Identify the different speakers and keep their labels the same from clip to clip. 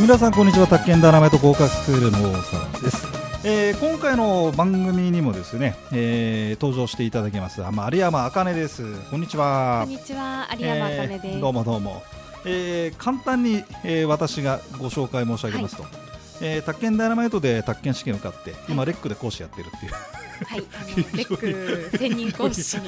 Speaker 1: 皆さんこんにちは宅建ダイナマイト合格スクールの大沢です、えー今回の番組にもですね、えー登場していただきますあまあ有山あかねですこんにちは
Speaker 2: こんにちは、有山あかねです、
Speaker 1: えーどうもどうも、えー簡単に、えー私がご紹介申し上げますと、えー宅建ダイナマイトで宅建試験受かって今レックで講師やってるっていう
Speaker 2: はい、あのレック専任 講師です。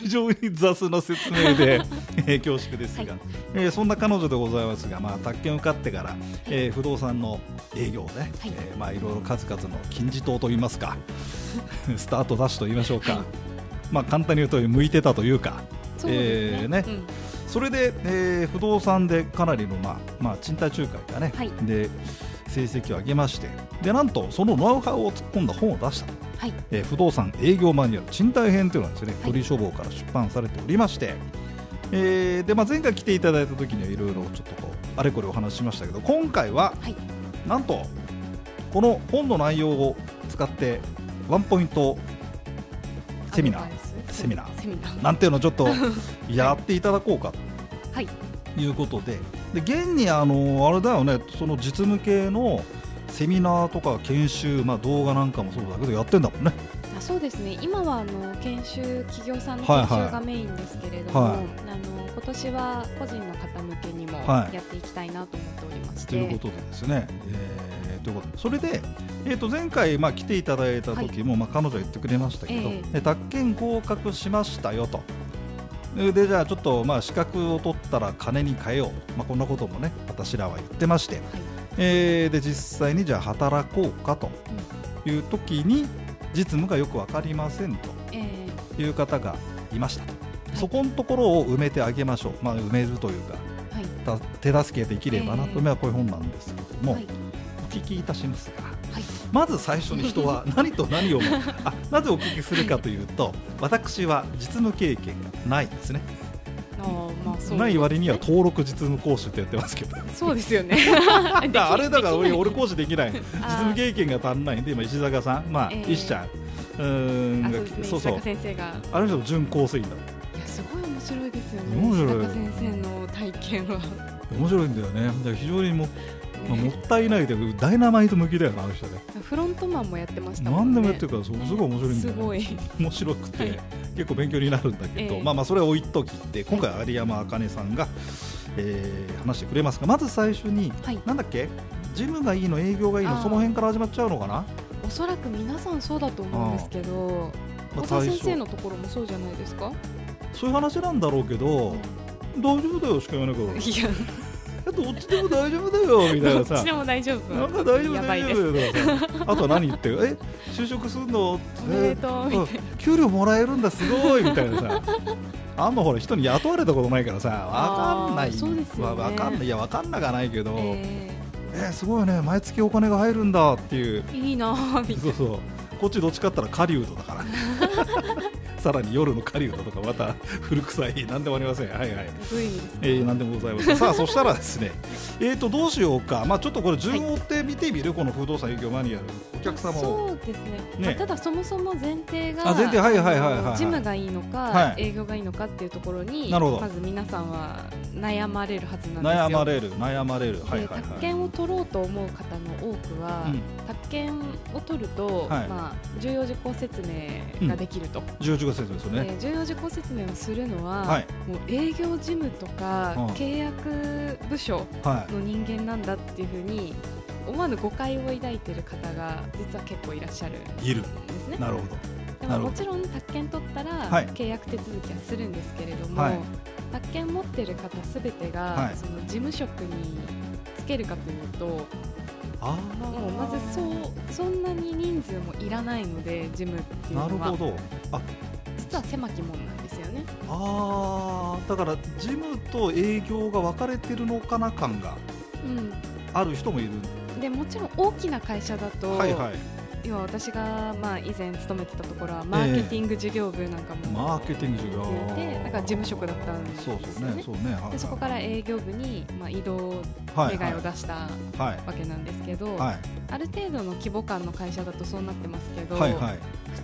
Speaker 1: 非常に雑な説明 で、えー恐縮ですが、
Speaker 2: はい
Speaker 1: えーそんな彼女でございますが、まあ、宅建受かってから、えー不動産の営業ね、い
Speaker 2: はい
Speaker 1: えーまあ、いろいろ数々の金字塔といいます かスタートダッシュといいましょうか、
Speaker 2: はい
Speaker 1: まあ、簡単に言うと向いてたというか
Speaker 2: そうですね。
Speaker 1: えーねそれで、えー不動産でかなりの、まあまあ、賃貸仲介がね、
Speaker 2: はい
Speaker 1: で成績を上げましてでなんとそのノウハウを突っ込んだ本を出した
Speaker 2: うん、はい、
Speaker 1: えー不動産営業マニュアル賃貸編というのはですね、
Speaker 2: はい
Speaker 1: 鳥書房から出版されておりまして、えーでまあ、前回来ていただいた時にはいろいろちょっとこうあれこれお話ししましたけど今回は
Speaker 2: はい、
Speaker 1: なんとこの本の内容を使ってワンポイントセミナー
Speaker 2: アドバイス
Speaker 1: セミナー
Speaker 2: セミナー、
Speaker 1: なんていうのをちょっとやっていただこうか
Speaker 2: はい、
Speaker 1: ということでで現にあのあれだよねその実務系のセミナーとか研修、まあ、動画なんかもそうだけどやってんだもんね。
Speaker 2: あ、そうですね。今はあの研修企業さんの
Speaker 1: はい
Speaker 2: 研
Speaker 1: はい
Speaker 2: 修がメインですけれども、
Speaker 1: はい
Speaker 2: あの今年は個人の方向けにも
Speaker 1: はい
Speaker 2: やっていきたいなと思っておりまし
Speaker 1: と
Speaker 2: て、
Speaker 1: いうことでですね、えーということでそれで、えー、と前回、まあ、来ていただいた時も、まあ、彼女は言ってくれましたけど、
Speaker 2: ええ
Speaker 1: で宅建合格しましたよと。でじゃあちょっとまあ資格を取ったら金に変えよう、まあ、こんなこともね私らは言ってまして、えーで実際にじゃあ働こうかという時に実務がよく分かりませんと
Speaker 2: えー
Speaker 1: いう方がいましたと、
Speaker 2: い
Speaker 1: そこのところを埋めてあげましょう、まあ、埋めるというか
Speaker 2: はい、
Speaker 1: た手助けできればなと、
Speaker 2: ええ
Speaker 1: まあこういう本なんですけども、
Speaker 2: はい、
Speaker 1: お聞きいたしますが
Speaker 2: はい、
Speaker 1: まず最初に人 は何と何をもあなぜお聞きするかというと私は実務経験がないんですね
Speaker 2: あーまあそう
Speaker 1: ない割には登録実務講師ってやってますけ ど
Speaker 2: そうですよね。でき
Speaker 1: あれだから俺
Speaker 2: できない
Speaker 1: 俺講師できない 実
Speaker 2: あー
Speaker 1: 務経験が足んないんで今石坂さんまあ、
Speaker 2: ええ
Speaker 1: 石ちゃんうーん
Speaker 2: あ
Speaker 1: が来
Speaker 2: そうです
Speaker 1: て
Speaker 2: ね。
Speaker 1: そう
Speaker 2: 石
Speaker 1: そう
Speaker 2: 坂先生が
Speaker 1: あの人も準構成員だもん
Speaker 2: いやすごい面白いですよね。
Speaker 1: 面白い
Speaker 2: 坂先生の体験は、
Speaker 1: 面白いんだよねだから非常にも,、まあ、もったいないけどダイナマイト向きだよなあの人ね
Speaker 2: フロントマンもやってましたも
Speaker 1: 何
Speaker 2: んね。
Speaker 1: でもやってるからそうすごい面白いんだよ
Speaker 2: す
Speaker 1: ね
Speaker 2: ごい。
Speaker 1: 面白くて、
Speaker 2: はい
Speaker 1: 結構勉強になるんだけど、
Speaker 2: ええ
Speaker 1: まあまあそれは置いときって今回有山あかねさんが、えー話してくれますがまず最初に
Speaker 2: はい。
Speaker 1: なんだっけジムがいいの営業がいい
Speaker 2: あ
Speaker 1: の
Speaker 2: ー
Speaker 1: その辺から始まっちゃうのかな、
Speaker 2: おそらく皆さんそうだと思うんですけど、
Speaker 1: まあ、
Speaker 2: 小田
Speaker 1: 最
Speaker 2: 先
Speaker 1: 初
Speaker 2: 生のところもそうじゃないですか。
Speaker 1: そういう話なんだろうけど大丈夫だよしか言わないから
Speaker 2: いや、
Speaker 1: えどっちでも大丈夫だよみたい
Speaker 2: ど
Speaker 1: な
Speaker 2: っち
Speaker 1: さ
Speaker 2: でも大丈夫。
Speaker 1: なんか大丈夫
Speaker 2: やば
Speaker 1: 大
Speaker 2: い
Speaker 1: 丈
Speaker 2: です。
Speaker 1: 夫だよとかさあとは何言ってる え就職すんの
Speaker 2: おめでとうみたいな。
Speaker 1: うん給料もらえるんだすごいみたいなさあんまほら人に雇われたことないからさわかんな
Speaker 2: あ
Speaker 1: い
Speaker 2: ーそうですよね
Speaker 1: わわかんないいやわかんながないけど、え
Speaker 2: え
Speaker 1: ーすごいよね毎月お金が入るんだって いう
Speaker 2: ー、いいなぁみたい
Speaker 1: そうそうこっちどっちかって言ったら狩人だから さらに夜の狩人とかまた古臭い何でもありませんはいはい
Speaker 2: な。どういう意味ですか。
Speaker 1: えー、何でもござい ますさあそしたらですねえーとどうしようかまあちょっとこれ順を追って見てみる、この不動産営業マニュアルお客様を
Speaker 2: そうですね
Speaker 1: ね
Speaker 2: まあただそもそも前提が
Speaker 1: あ前提はいはいはいはいはい
Speaker 2: あのジムがいいのか、
Speaker 1: はい
Speaker 2: 営業がいいのかっていうところに
Speaker 1: なるほど
Speaker 2: まず皆さんは悩まれるはずなんですよ
Speaker 1: 悩まれる悩まれるはい
Speaker 2: で
Speaker 1: はい
Speaker 2: 宅
Speaker 1: はい
Speaker 2: 建を取ろうと思う方の多くは、
Speaker 1: うん
Speaker 2: 宅建を取ると、
Speaker 1: はい
Speaker 2: まあ、重要事項説明ができると、
Speaker 1: 重々説明ですよね、
Speaker 2: で重要事項説明をするのは、
Speaker 1: はい
Speaker 2: もう営業事務とか、
Speaker 1: うん
Speaker 2: 契約部署
Speaker 1: は
Speaker 2: の人間なんだっていうふうに思わぬ誤解を抱いている方が実は結構いらっしゃるん
Speaker 1: い、いる
Speaker 2: ですね。
Speaker 1: なるほど
Speaker 2: で
Speaker 1: な
Speaker 2: も
Speaker 1: るほど
Speaker 2: もちろん宅建取ったら
Speaker 1: はい
Speaker 2: 契約手続きはするんですけれども、
Speaker 1: はい
Speaker 2: 宅建持ってる方すべてが、
Speaker 1: はい
Speaker 2: その事務職につけるかというとも
Speaker 1: あ
Speaker 2: うまずそうそんなに人数もいらないので事務っていう
Speaker 1: なる
Speaker 2: の
Speaker 1: ほ
Speaker 2: は
Speaker 1: どあ
Speaker 2: 実は狭きもんなんですよね。
Speaker 1: あーだから事務と営業が分かれてるのかな感が
Speaker 2: う
Speaker 1: ある人もいる
Speaker 2: ん、でもちろん大きな会社だと、
Speaker 1: はいはい
Speaker 2: 要は私がまあ以前勤めてたところはマーケティング事業部なんかも
Speaker 1: マーケティング事業
Speaker 2: やっていて、なんか事務職だったんです
Speaker 1: そ
Speaker 2: よ
Speaker 1: うそうね
Speaker 2: ね。
Speaker 1: そうね
Speaker 2: でそこから営業部にまあ移動
Speaker 1: はいはい
Speaker 2: 願いを出した
Speaker 1: はい
Speaker 2: わけなんですけど、
Speaker 1: はい
Speaker 2: ある程度の規模感の会社だとそうなってますけど、
Speaker 1: はいはい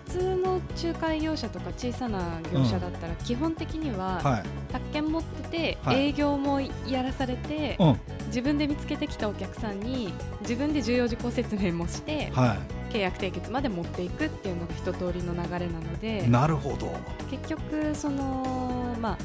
Speaker 2: 普通の仲介業者とか小さな業者だったら基本的には
Speaker 1: はい
Speaker 2: 宅建持ってて
Speaker 1: はい
Speaker 2: 営業もやらされて
Speaker 1: うん
Speaker 2: 自分で見つけてきたお客さんに自分で重要事項説明もして
Speaker 1: は
Speaker 2: 契約締結まで持っていくっていうのが一通りの流れなので
Speaker 1: い、なるほど、
Speaker 2: 結局その、まあ、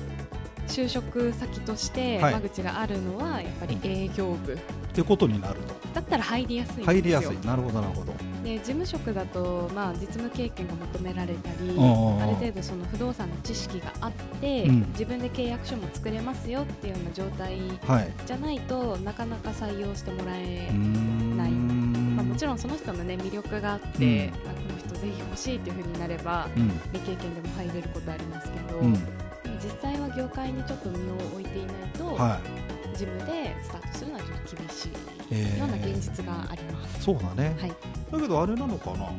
Speaker 2: 就職先として
Speaker 1: はい
Speaker 2: 間口があるのはやっぱり営業部
Speaker 1: ってことになる
Speaker 2: だったら入りやすいんで
Speaker 1: と
Speaker 2: すよ
Speaker 1: 入りやすいなるほどなるほど
Speaker 2: で事務職だと、まあ、実務経験が求められたり
Speaker 1: んうんうん
Speaker 2: ある程度その不動産の知識があって、
Speaker 1: うん
Speaker 2: 自分で契約書も作れますよっていうような状態
Speaker 1: はい
Speaker 2: じゃないとなかなか採用してもらえ
Speaker 1: うーん
Speaker 2: ないまあ、もちろんその人の、ね、魅力があって、あこの人ぜひ欲しいっていうふうになれば
Speaker 1: うん
Speaker 2: 未経験でも入れることありますけど、
Speaker 1: うん
Speaker 2: でも実際は業界にちょっと身を置いていないと、
Speaker 1: はい
Speaker 2: 事務でスタートするのはちょっと厳しい
Speaker 1: えー
Speaker 2: ような現実があります。
Speaker 1: そうだね、
Speaker 2: はい
Speaker 1: だけどあれなのかな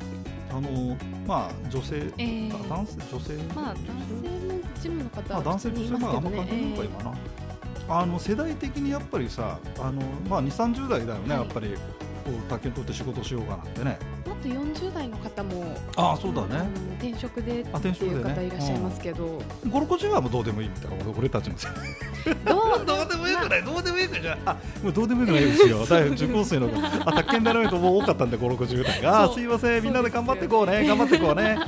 Speaker 1: あのまあ女性、
Speaker 2: えー
Speaker 1: あ男性女性
Speaker 2: まあ、男性の事務の
Speaker 1: ま
Speaker 2: 方
Speaker 1: あ、
Speaker 2: は
Speaker 1: 男
Speaker 2: 普
Speaker 1: 性
Speaker 2: 通
Speaker 1: と
Speaker 2: にい
Speaker 1: して
Speaker 2: ま
Speaker 1: ますああ
Speaker 2: け
Speaker 1: んま
Speaker 2: ど
Speaker 1: 関係ないのか
Speaker 2: ね。
Speaker 1: 今な、あの世代的にやっぱりさあの、まあ、2030代だよね、や
Speaker 2: はい
Speaker 1: っぱりこう宅建取って仕事しようかなんてね
Speaker 2: えーあと40代の方も
Speaker 1: ああそうだ
Speaker 2: あ
Speaker 1: ね
Speaker 2: の、転職でっ
Speaker 1: あ転
Speaker 2: て
Speaker 1: 職
Speaker 2: い
Speaker 1: で
Speaker 2: う
Speaker 1: ね
Speaker 2: 方いらっしゃいます けど、
Speaker 1: ゴロコチはもうどうでもいいみたいな俺たちの世代
Speaker 2: どう
Speaker 1: どうでもよくないどうでもよくないあもうどうでもよくないです よ大学受講生の子あ宅建だろうともう多かったんでゴロコチぐらいがあ
Speaker 2: そう
Speaker 1: すいませんみんなで頑張ってこうね頑張ってこうね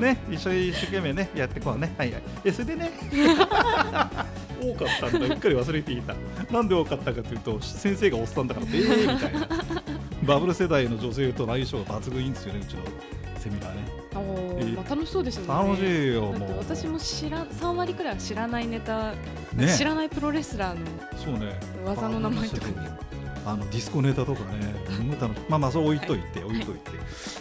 Speaker 1: ね一緒に一生懸命ねやってこうねはいはいえそれで ね多かったんだうっかり忘れていたなんで多かったかというと先生がおっさんだからええー、みたいなバブル世代の女性との相性が抜群いいんですよねうちのセミナーね
Speaker 2: おーまあ、楽しそうですよね
Speaker 1: 楽しいよ
Speaker 2: だ
Speaker 1: も
Speaker 2: って
Speaker 1: う
Speaker 2: 私も知ら3割くらいは知らないネタ、
Speaker 1: ね
Speaker 2: 知らないプロレスラーの
Speaker 1: そうね
Speaker 2: 技の名前とか
Speaker 1: あのあのディスコネタとかね、無 駄なまあまあ、そう置いといて、置いといて、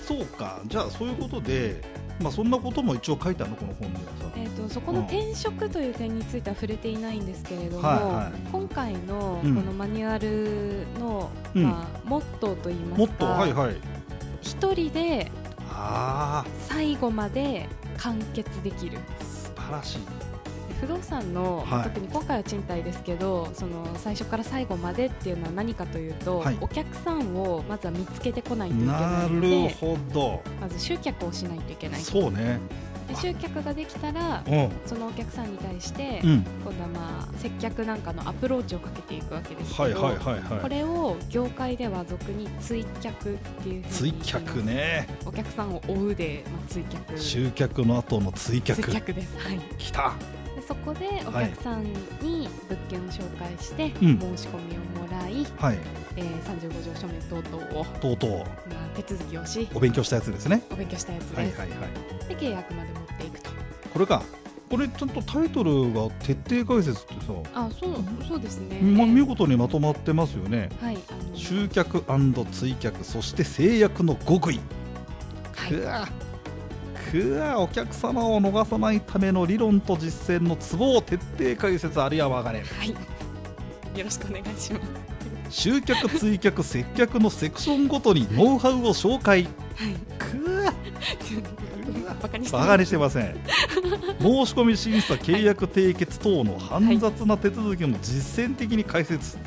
Speaker 1: そうか、じゃあ、そういうことで、まあ、そんなことも一応書いてあるの、この本には
Speaker 2: えー、とそこの転職という点については触れていないんですけれども、
Speaker 1: はいは
Speaker 2: 今回のこ
Speaker 1: うん
Speaker 2: のマニュアルの、
Speaker 1: うん
Speaker 2: まあ、モットーといい
Speaker 1: さ、
Speaker 2: ま
Speaker 1: も
Speaker 2: す
Speaker 1: っと、
Speaker 2: か、
Speaker 1: はいはい、
Speaker 2: 一人で
Speaker 1: あ
Speaker 2: 最後まで完結できる
Speaker 1: あ、素晴らしい、
Speaker 2: 不動産の、
Speaker 1: はい
Speaker 2: 特に今回は賃貸ですけどその最初から最後までっていうのは何かというと、
Speaker 1: はい
Speaker 2: お客さんをまずは見つけてこないといけな
Speaker 1: ない
Speaker 2: の
Speaker 1: る
Speaker 2: で
Speaker 1: ほど、
Speaker 2: まず集客をしないといけない
Speaker 1: そうね、
Speaker 2: で集客ができたら
Speaker 1: う
Speaker 2: そのお客さんに対して、
Speaker 1: ん、うん、
Speaker 2: 今度はまあ接客なんかのアプローチをかけていくわけですけど、
Speaker 1: はいはいはいは
Speaker 2: こ
Speaker 1: い、
Speaker 2: れを業界では俗に追客っていうふうに言います
Speaker 1: 追客ね、
Speaker 2: お客さんを追うで、まあ、追客
Speaker 1: 集客の後の追客、
Speaker 2: 追客です、はい、
Speaker 1: きた、
Speaker 2: でそこでお客さんに物件を紹介して、
Speaker 1: うん
Speaker 2: 申し込みをもらい、
Speaker 1: はい、
Speaker 2: えー、35条書面等々を、
Speaker 1: とうとう、
Speaker 2: まあ、手続きをし
Speaker 1: お勉強したやつですね、
Speaker 2: お勉強したやつです、
Speaker 1: はいはいはい。
Speaker 2: で契約まで持っていくと
Speaker 1: これかこれちゃんとタイトルが徹底解説ってさ、
Speaker 2: あそうそうですね、
Speaker 1: ま、見事にまとまってますよね
Speaker 2: はいあの
Speaker 1: 集客追客そして制約の極意
Speaker 2: はい
Speaker 1: くわくわお客様を逃さないための理論と実践のツボを徹底解説あるいは分かれる
Speaker 2: はい。よろしくお願いします。
Speaker 1: 集客追客接客のセクションごとにノウハウを紹介
Speaker 2: はい。
Speaker 1: くわ
Speaker 2: バカにして
Speaker 1: バカにしてません申し込み審査契約締結等の煩雑な手続きも実践的に解説、す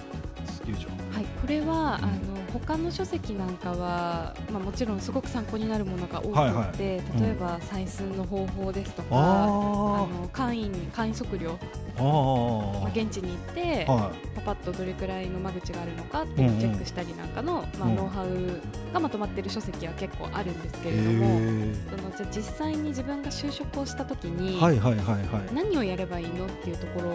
Speaker 1: げえじゃん
Speaker 2: はい。これはあの他の書籍なんかは、まあもちろんすごく参考になるものが多くて、
Speaker 1: はいはい
Speaker 2: 例
Speaker 1: うん
Speaker 2: えば採寸の方法ですとか。あ
Speaker 1: あ
Speaker 2: の会員会員測量、
Speaker 1: ーあ
Speaker 2: まあ、
Speaker 1: ー
Speaker 2: 現地に行って
Speaker 1: は
Speaker 2: パパッとどれくらいの間口があるのかっていうのをチェックしたりなんかの、まあ、
Speaker 1: うん
Speaker 2: ノウハウがまとまってる書籍は結構あるんです
Speaker 1: い
Speaker 2: けれども
Speaker 1: へ
Speaker 2: そのじゃあ実際に自分が就職をした時
Speaker 1: え
Speaker 2: に、
Speaker 1: はいはいはいはい
Speaker 2: 何をやればいいのっていうところ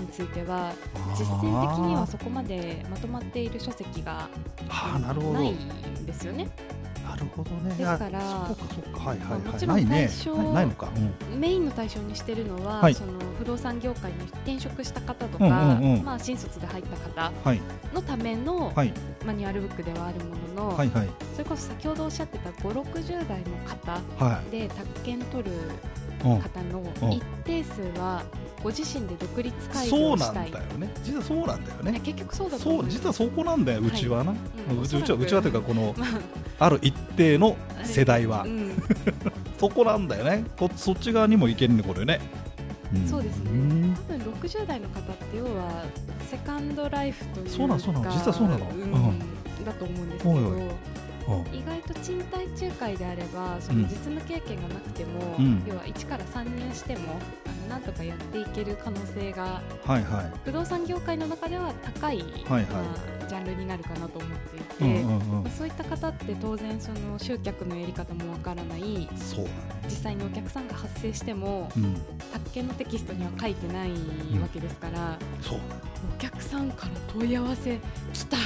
Speaker 2: については実践的にはそこまでまとまっている書籍が
Speaker 1: あーあーなるほど
Speaker 2: ないんですよね。
Speaker 1: なるほどね
Speaker 2: ですから
Speaker 1: あそうかそうかはいはい
Speaker 2: まあも
Speaker 1: は
Speaker 2: ち
Speaker 1: い
Speaker 2: ろん
Speaker 1: ないね
Speaker 2: 対象
Speaker 1: ないないのかうん
Speaker 2: メインの対象にしてるのは、
Speaker 1: はい
Speaker 2: その不動産業界に転職した方と
Speaker 1: う
Speaker 2: か、
Speaker 1: んうんうん
Speaker 2: まあ、新卒で入った方
Speaker 1: はい
Speaker 2: のための
Speaker 1: はい
Speaker 2: マニュアルブックではあるものの、
Speaker 1: はいはい
Speaker 2: それこそ先ほどおっしゃってた5 60代の方
Speaker 1: は
Speaker 2: で宅建取る
Speaker 1: いうん
Speaker 2: 方の
Speaker 1: うん
Speaker 2: 一定数はご自身で独立開
Speaker 1: そう
Speaker 2: 業
Speaker 1: な
Speaker 2: し
Speaker 1: ん
Speaker 2: た
Speaker 1: だ
Speaker 2: い
Speaker 1: よ。ね実はそうなんだよ
Speaker 2: ね
Speaker 1: ね
Speaker 2: 結局そうだと思
Speaker 1: そううん
Speaker 2: です
Speaker 1: 実はそこなんだようちはな
Speaker 2: うん
Speaker 1: うちうちは
Speaker 2: おそらく
Speaker 1: うちはというかこの
Speaker 2: まあ
Speaker 1: ある一定の世代は
Speaker 2: うん
Speaker 1: そこなんだよねこそっち側にもいけるねこれねん
Speaker 2: そうですね
Speaker 1: ん
Speaker 2: 多分60代の方って要はセカンドライフというか
Speaker 1: そうなのそうなの実はそうなの
Speaker 2: んだと思うんですけ
Speaker 1: おいお
Speaker 2: ど
Speaker 1: うん
Speaker 2: 意外と賃貸仲介であればその
Speaker 1: うん
Speaker 2: 実務経験がなくても、
Speaker 1: うん
Speaker 2: 要は1から3人してもあのなんとかやっていける可能性が
Speaker 1: はいはい
Speaker 2: 不動産業界の中では高い、
Speaker 1: はい
Speaker 2: まあ、ジャンルになるかなと思っていて、
Speaker 1: うんうんう
Speaker 2: まあ
Speaker 1: ん
Speaker 2: そういった方って当然その集客のやり方もわからない
Speaker 1: そうだね
Speaker 2: 実際にお客さんが発生しても
Speaker 1: うん
Speaker 2: 宅建のテキストには書いてないわけですから、
Speaker 1: そうだね
Speaker 2: お客さんから問い合わせ来た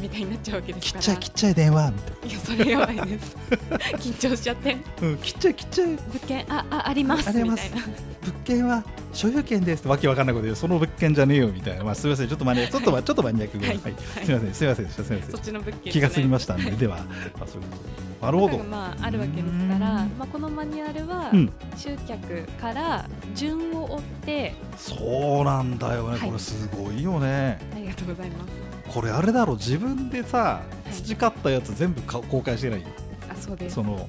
Speaker 2: みたいになっちゃうわけです
Speaker 1: 切
Speaker 2: か
Speaker 1: っ
Speaker 2: ら
Speaker 1: ちゃい切っちゃい電話みたい
Speaker 2: いやそれやばいです 緊張しちゃって
Speaker 1: な、うん、切っちゃい切っちゃい
Speaker 2: 物件あああります
Speaker 1: あ
Speaker 2: み
Speaker 1: り
Speaker 2: たい
Speaker 1: ま
Speaker 2: な
Speaker 1: す物件は所有権ですわけわかんないことでその物件じゃねえよみたいな、まあ、すみませんちょっとマニアちょっとまちょっとマニアックぐらい、
Speaker 2: はい
Speaker 1: はいすみませんすみませんすみません
Speaker 2: そっちの物件
Speaker 1: 気が
Speaker 2: す
Speaker 1: 済みましたねで はあそういうことなるほど
Speaker 2: まああるわけです
Speaker 1: う
Speaker 2: から、
Speaker 1: ん
Speaker 2: まあこのマニュアルは
Speaker 1: うん
Speaker 2: 集客から順を追って、
Speaker 1: そうなんだよね、
Speaker 2: はい
Speaker 1: これすごいよね
Speaker 2: ありがとうございます。
Speaker 1: これあれだろ自分でさ
Speaker 2: い
Speaker 1: 培ったやつ全部か公開してない
Speaker 2: あそうです。
Speaker 1: そ
Speaker 2: はい。
Speaker 1: の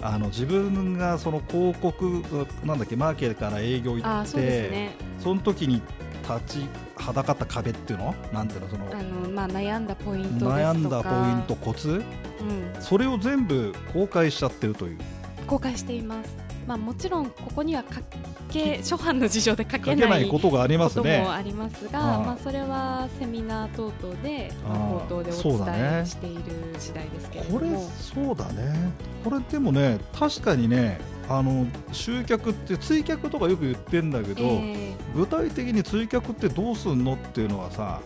Speaker 1: あの自分がその広告うなんだっけマーケから営業行
Speaker 2: あ
Speaker 1: って
Speaker 2: そうですね。
Speaker 1: その時に立ちはだかった壁っていうのなんていうのその
Speaker 2: あのまあ悩んだポイントですとか
Speaker 1: 悩んだポイントコツ
Speaker 2: うん
Speaker 1: それを全部公開しちゃってるという
Speaker 2: 公開しています。まあもちろんここには書け初版の事情で書
Speaker 1: 書
Speaker 2: け
Speaker 1: け
Speaker 2: な
Speaker 1: ないいこ
Speaker 2: こと
Speaker 1: があります
Speaker 2: と
Speaker 1: ね
Speaker 2: もありますが、
Speaker 1: はい
Speaker 2: まあそれはセミナー等々でまあ
Speaker 1: あー
Speaker 2: 口頭で
Speaker 1: そう
Speaker 2: お
Speaker 1: だ
Speaker 2: 伝
Speaker 1: ね
Speaker 2: えしている次第ですけれ
Speaker 1: こ
Speaker 2: ど
Speaker 1: れ
Speaker 2: も、
Speaker 1: そうだねこれでもね確かにねあの集客って追客とかよく言ってんだけど、
Speaker 2: えー
Speaker 1: 具体的に追客ってどうすんのっていうのはさ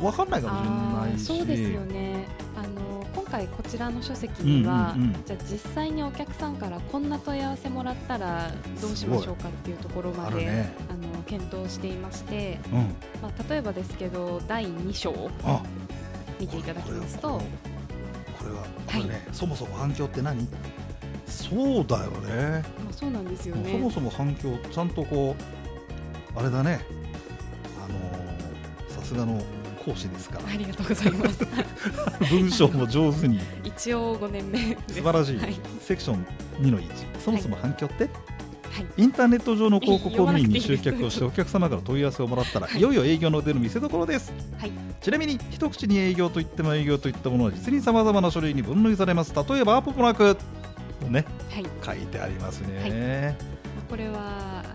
Speaker 1: お分かんないかも
Speaker 2: あ
Speaker 1: しれな
Speaker 2: ー
Speaker 1: いし
Speaker 2: そうですよねあの今回こちらの書籍には、
Speaker 1: うんうんうん
Speaker 2: じゃあ実際にお客さんからこんな問い合わせもらったらどうしましょうかっていうところま
Speaker 1: あ
Speaker 2: で、
Speaker 1: るね
Speaker 2: あの検討していまして、
Speaker 1: うん
Speaker 2: まあ、例えばですけど第2章を
Speaker 1: あ
Speaker 2: 見ていただきますと
Speaker 1: これはこれね、そもそも反響って何そうだよね
Speaker 2: まあ、そうなんですよ
Speaker 1: もうそも
Speaker 2: ね。
Speaker 1: そも反響ちゃんとこうあれだねあのーさすがの講師ですから
Speaker 2: ありがとうございます。
Speaker 1: 文章も上手に
Speaker 2: 一応5年目です。
Speaker 1: 素晴らしい、
Speaker 2: はい。
Speaker 1: セクション2の1そもそも反響って、
Speaker 2: はい
Speaker 1: インターネット上の広告を見に集
Speaker 2: 読まなくていい
Speaker 1: 客を
Speaker 2: で
Speaker 1: し
Speaker 2: す
Speaker 1: てお客様から問い合わせをもらったら、、
Speaker 2: はいい
Speaker 1: よいよ営業の出る見せ所です、
Speaker 2: はい
Speaker 1: ちなみに一口に営業といっても営業といったものは実にさまざまな書類に分類されます例えばアポもなくね
Speaker 2: はい
Speaker 1: 書
Speaker 2: ま
Speaker 1: いてありますね、
Speaker 2: はいあこれはあの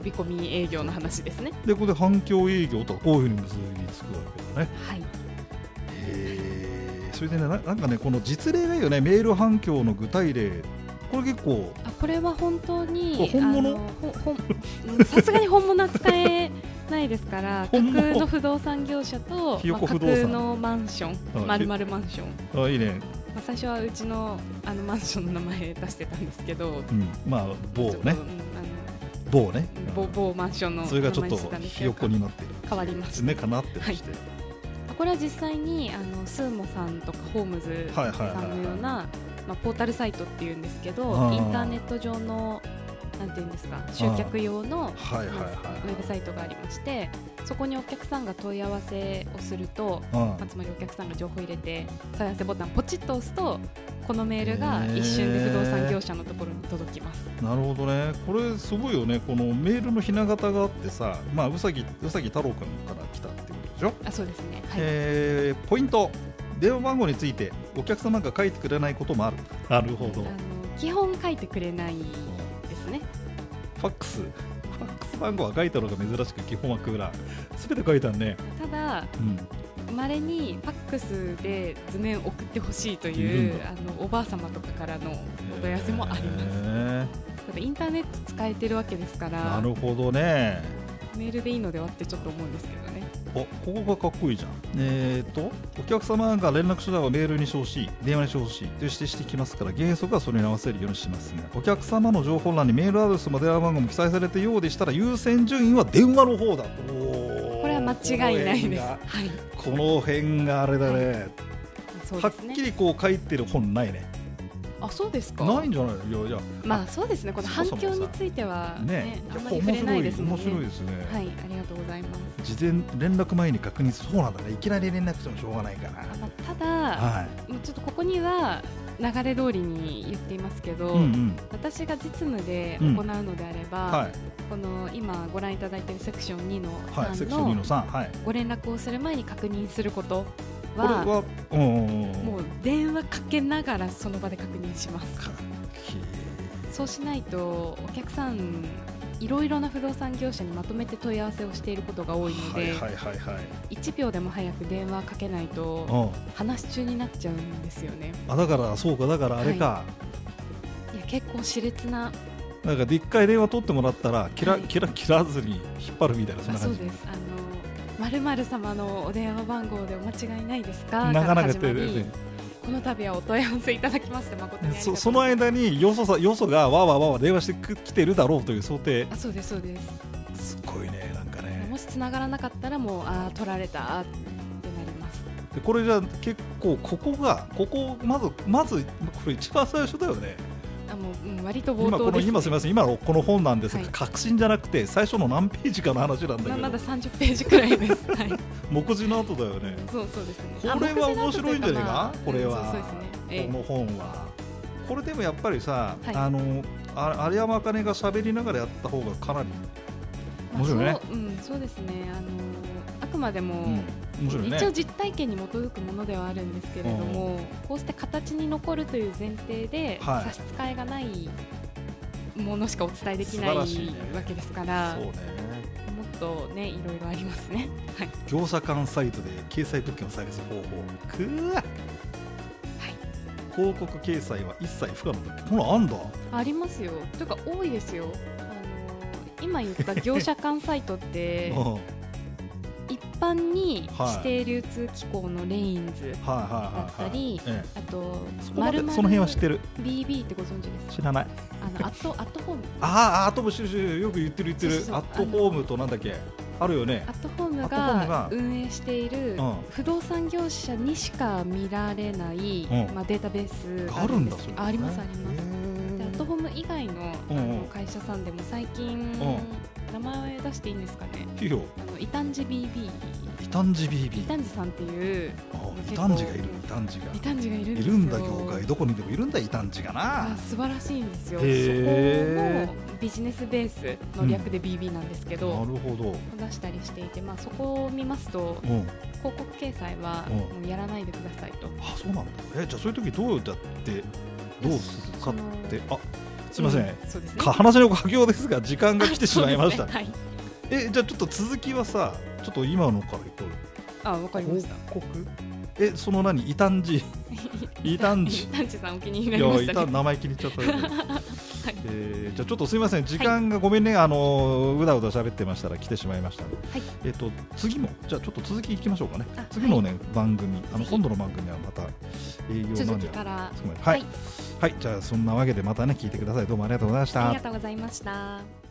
Speaker 2: 飛び込み営業の話ですね。
Speaker 1: でここで反響営業とはこういうふうに結びつくわけだね
Speaker 2: はい。
Speaker 1: へーそれでねななんかねこの実例がいいよねメール反響の具体例これ結構
Speaker 2: あこれは本当
Speaker 1: これ
Speaker 2: に
Speaker 1: 本物
Speaker 2: あのほほんうんさすがに本物は使えないですから 架
Speaker 1: 本物
Speaker 2: 空の不動産業者と、
Speaker 1: ひよこ
Speaker 2: まあ
Speaker 1: 不
Speaker 2: 架
Speaker 1: 動産
Speaker 2: 空のマンショ
Speaker 1: はい
Speaker 2: ンまるまるマンション、
Speaker 1: あいいね、
Speaker 2: まあ、最初はうちのあのマンションの名前出してたんですけど
Speaker 1: うん、まあ某
Speaker 2: ちょっと
Speaker 1: ね
Speaker 2: うんあ
Speaker 1: 某ね、
Speaker 2: の某某マンションの
Speaker 1: それがちょっと
Speaker 2: 名前にし
Speaker 1: ひ
Speaker 2: てたん
Speaker 1: よ
Speaker 2: ですけ
Speaker 1: こ
Speaker 2: ど
Speaker 1: になってる
Speaker 2: 変わりました
Speaker 1: ねかなってまして、
Speaker 2: あこれは実際にあのスーモさんとかホームズさんのようなまあポータルサイトっていうんですけど
Speaker 1: あー
Speaker 2: インターネット上のなんていうんですか集客用の
Speaker 1: はいはいはい
Speaker 2: ウェブサイトがありましてそこにお客さんが問い合わせをすると、
Speaker 1: は
Speaker 2: まあ、つまりお客さんが情報を入れて問い合わせボタンポチッと押すとこのメールが一瞬で不動産業者のところに届きます。
Speaker 1: うん、なるほどねこれすごいよねこのメールのひな形があってさまあうさぎうさぎ太郎くんから来たってことでしょ、
Speaker 2: あそうですね、はい
Speaker 1: えーポイント電話番号についてお客様が書いてくれないこともあるなるほど
Speaker 2: あの基本書いてくれないですね
Speaker 1: ファックスファックス番号は書いたのが珍しく基本は空欄すべて書いてあるね、
Speaker 2: ただ
Speaker 1: うん、
Speaker 2: まれにファックスで図面送ってほしいと
Speaker 1: い
Speaker 2: い
Speaker 1: るんだ
Speaker 2: うあのおばあ様とかからのお問い合わせもあります、
Speaker 1: へ
Speaker 2: ただインターネット使えてるわけですか
Speaker 1: ーな
Speaker 2: ら
Speaker 1: るほどね
Speaker 2: メールでいいのではってちょっと思うんですけどね
Speaker 1: おここがかっこいいじゃんえっ、とお客様が連絡手段をメールにしてほしい電話にしてほしいと指定してきますから原則はそれに合わせるようにしますがお客様の情報欄にメールアドレスも電話番号も記載されているようでしたら優先順位は電話の方だこ
Speaker 2: これは間違いないですはい
Speaker 1: この辺があれだね
Speaker 2: そう
Speaker 1: は
Speaker 2: で
Speaker 1: っ
Speaker 2: すね
Speaker 1: きりこう書いてる本ないね
Speaker 2: あそうですか
Speaker 1: ないんじゃないのいやいや
Speaker 2: まあそうですねこの
Speaker 1: そも
Speaker 2: 反
Speaker 1: そもさ
Speaker 2: 響についてはね
Speaker 1: ね
Speaker 2: あんまり触れないですもん
Speaker 1: 面白い
Speaker 2: ね
Speaker 1: ですね、
Speaker 2: はいありがとうございます
Speaker 1: 事前連絡前に確認そうなんだねいきなり連絡してもしょうがないから
Speaker 2: あまあただ
Speaker 1: はい
Speaker 2: もうちょっとここには流れ通りに言っていますけど、
Speaker 1: うんうん
Speaker 2: 私が実務で行うのであれば、
Speaker 1: はい
Speaker 2: この今ご覧いただいているセクション2の
Speaker 1: はいセ
Speaker 2: 3
Speaker 1: クション2の
Speaker 2: の
Speaker 1: 3はい
Speaker 2: ご連絡をする前に確認すること
Speaker 1: これ
Speaker 2: は
Speaker 1: は、うんうんうん、
Speaker 2: もう電話かけながらその場で確認します。
Speaker 1: かっけ
Speaker 2: そうしないとお客さんいろいろな不動産業者にまとめて問い合わせをしていることが多いの
Speaker 1: はい
Speaker 2: で、
Speaker 1: はいはいはい
Speaker 2: 1秒でも早く電話かけないと
Speaker 1: う
Speaker 2: 話中になっちゃうんですよね
Speaker 1: んあだからそうかだからあれか、
Speaker 2: いや結構熾烈な
Speaker 1: なんかで一回電話取ってもらったら切ら,、
Speaker 2: はい
Speaker 1: 切ら切らずに引っ張るみたいなそん
Speaker 2: あ
Speaker 1: な
Speaker 2: そ
Speaker 1: 感
Speaker 2: う
Speaker 1: じ
Speaker 2: ですあのまる様のお電話番号でお間違いないですか
Speaker 1: なかなか
Speaker 2: から
Speaker 1: 手
Speaker 2: 始ま
Speaker 1: で、
Speaker 2: りこの度はお問い合わせいただきまして誠にありがとう
Speaker 1: そその間によそさよそがわーわーわーわー電話してく来てるだろうという想定
Speaker 2: あそうですそうです
Speaker 1: すごいねなんかね
Speaker 2: もし繋がらなかったらもうあー取られたってなります
Speaker 1: でこれじゃあ結構ここがここまずまずこれ一番最初だよね
Speaker 2: あもううん割と冒
Speaker 1: 今
Speaker 2: 頭
Speaker 1: この
Speaker 2: です、ね、
Speaker 1: 今すみません今のこの本なんですが、
Speaker 2: はい
Speaker 1: 確信じゃなくて最初の何ページかの話なんだけ
Speaker 2: な
Speaker 1: ど
Speaker 2: まだ30ページくらいです はい
Speaker 1: 目次の後だよね、
Speaker 2: そうそうですね
Speaker 1: これは
Speaker 2: あ目次の後
Speaker 1: 面白いんじゃないか
Speaker 2: とう
Speaker 1: これは
Speaker 2: うんそうそうですね、え
Speaker 1: この本はこれでもやっぱりさ、
Speaker 2: はい
Speaker 1: あのあ有山茜が喋りながらやった方がかなり
Speaker 2: え
Speaker 1: 面白いね
Speaker 2: まあそううんそうですねあのあくまでも、
Speaker 1: 面白いね
Speaker 2: 一応実体験に基づくものではあるんですけれども、こうして形に残るという前提で、
Speaker 1: はい
Speaker 2: 差し支えがないものしかお伝えできない
Speaker 1: 素晴らしいね
Speaker 2: わけですから、
Speaker 1: そうね
Speaker 2: もっとねいろいろありますね。はい
Speaker 1: 業者間サイトで掲載特許を探す方法くわ、広告掲載は一切不可能だってこのあんだ
Speaker 2: ありますよ。というか多いですよ。あの今言った業者間サイト って
Speaker 1: うんはい
Speaker 2: 一般に指定流通機構のレインズだっ
Speaker 1: はいはい
Speaker 2: た
Speaker 1: はい、
Speaker 2: り、
Speaker 1: え
Speaker 2: あと
Speaker 1: え、そこまでその辺は知ってる
Speaker 2: BB ってご存知です
Speaker 1: 知
Speaker 2: か？
Speaker 1: らない
Speaker 2: あのアットアットホーム
Speaker 1: あーあーともししよく言ってる言ってる
Speaker 2: そうそう
Speaker 1: アットホームとなんだっけあるよね
Speaker 2: アットホー
Speaker 1: アッ
Speaker 2: ム
Speaker 1: トホーム
Speaker 2: が
Speaker 1: が
Speaker 2: 運営している
Speaker 1: うん
Speaker 2: 不動産業者にしか見られない、
Speaker 1: うん
Speaker 2: まあデータベースが
Speaker 1: あるんだ
Speaker 2: です
Speaker 1: それ
Speaker 2: あありますあります。でアット
Speaker 1: ま
Speaker 2: ホーム以外のあ
Speaker 1: うんう
Speaker 2: の
Speaker 1: ん
Speaker 2: 会社さんでも最近、名前出していいんですかね
Speaker 1: すいいよ
Speaker 2: あの異端児 BB
Speaker 1: 異端児
Speaker 2: 異
Speaker 1: BB
Speaker 2: 端児さんっていう
Speaker 1: あ
Speaker 2: 結
Speaker 1: 異
Speaker 2: 構
Speaker 1: 端児がいる異端児が
Speaker 2: 異端児がいるんで
Speaker 1: い
Speaker 2: すよ
Speaker 1: るんだ業界どこにでもいるんだ異端児がな
Speaker 2: あ素晴らしいんですよそ
Speaker 1: へー
Speaker 2: こもビジネスベースの略で BB なんですけ
Speaker 1: な
Speaker 2: ど、
Speaker 1: るほど
Speaker 2: 出したりしていて、まあ、そこを見ますと
Speaker 1: うん
Speaker 2: 広告掲載は
Speaker 1: うん
Speaker 2: もうやらないでくださいと
Speaker 1: あそうなんだえじゃあそういう時どうやってどうするかってあすいません、
Speaker 2: うそうですね
Speaker 1: か話の佳境ですが時間が来てしまいました、
Speaker 2: あそうですね
Speaker 1: えじゃあちょっと続きはさちょっと今のからいこうよ
Speaker 2: はい、あわかりました
Speaker 1: 広告えその何異端児 異端児
Speaker 2: 異端児さんお気に入
Speaker 1: い
Speaker 2: りにな
Speaker 1: や
Speaker 2: り
Speaker 1: 異
Speaker 2: ました
Speaker 1: 端
Speaker 2: ね
Speaker 1: 名前気に入っち ゃったけどえーじゃあちょっとすいません時間がごめんねあのうだうだ喋ってましたら来てしまいましたので、
Speaker 2: はい
Speaker 1: えっと次もじゃあちょっと続きいきましょうかね
Speaker 2: あ
Speaker 1: 次の
Speaker 2: はい
Speaker 1: ね、番組あ
Speaker 2: ぜ
Speaker 1: の
Speaker 2: ひ
Speaker 1: 今度の番組はまた営業な
Speaker 2: 続
Speaker 1: ん
Speaker 2: き
Speaker 1: では
Speaker 2: から
Speaker 1: すごいはい、
Speaker 2: は
Speaker 1: はい、じゃあそんなわけでまたね聞いてくださいどうもありがとうございました
Speaker 2: ありがとうございました。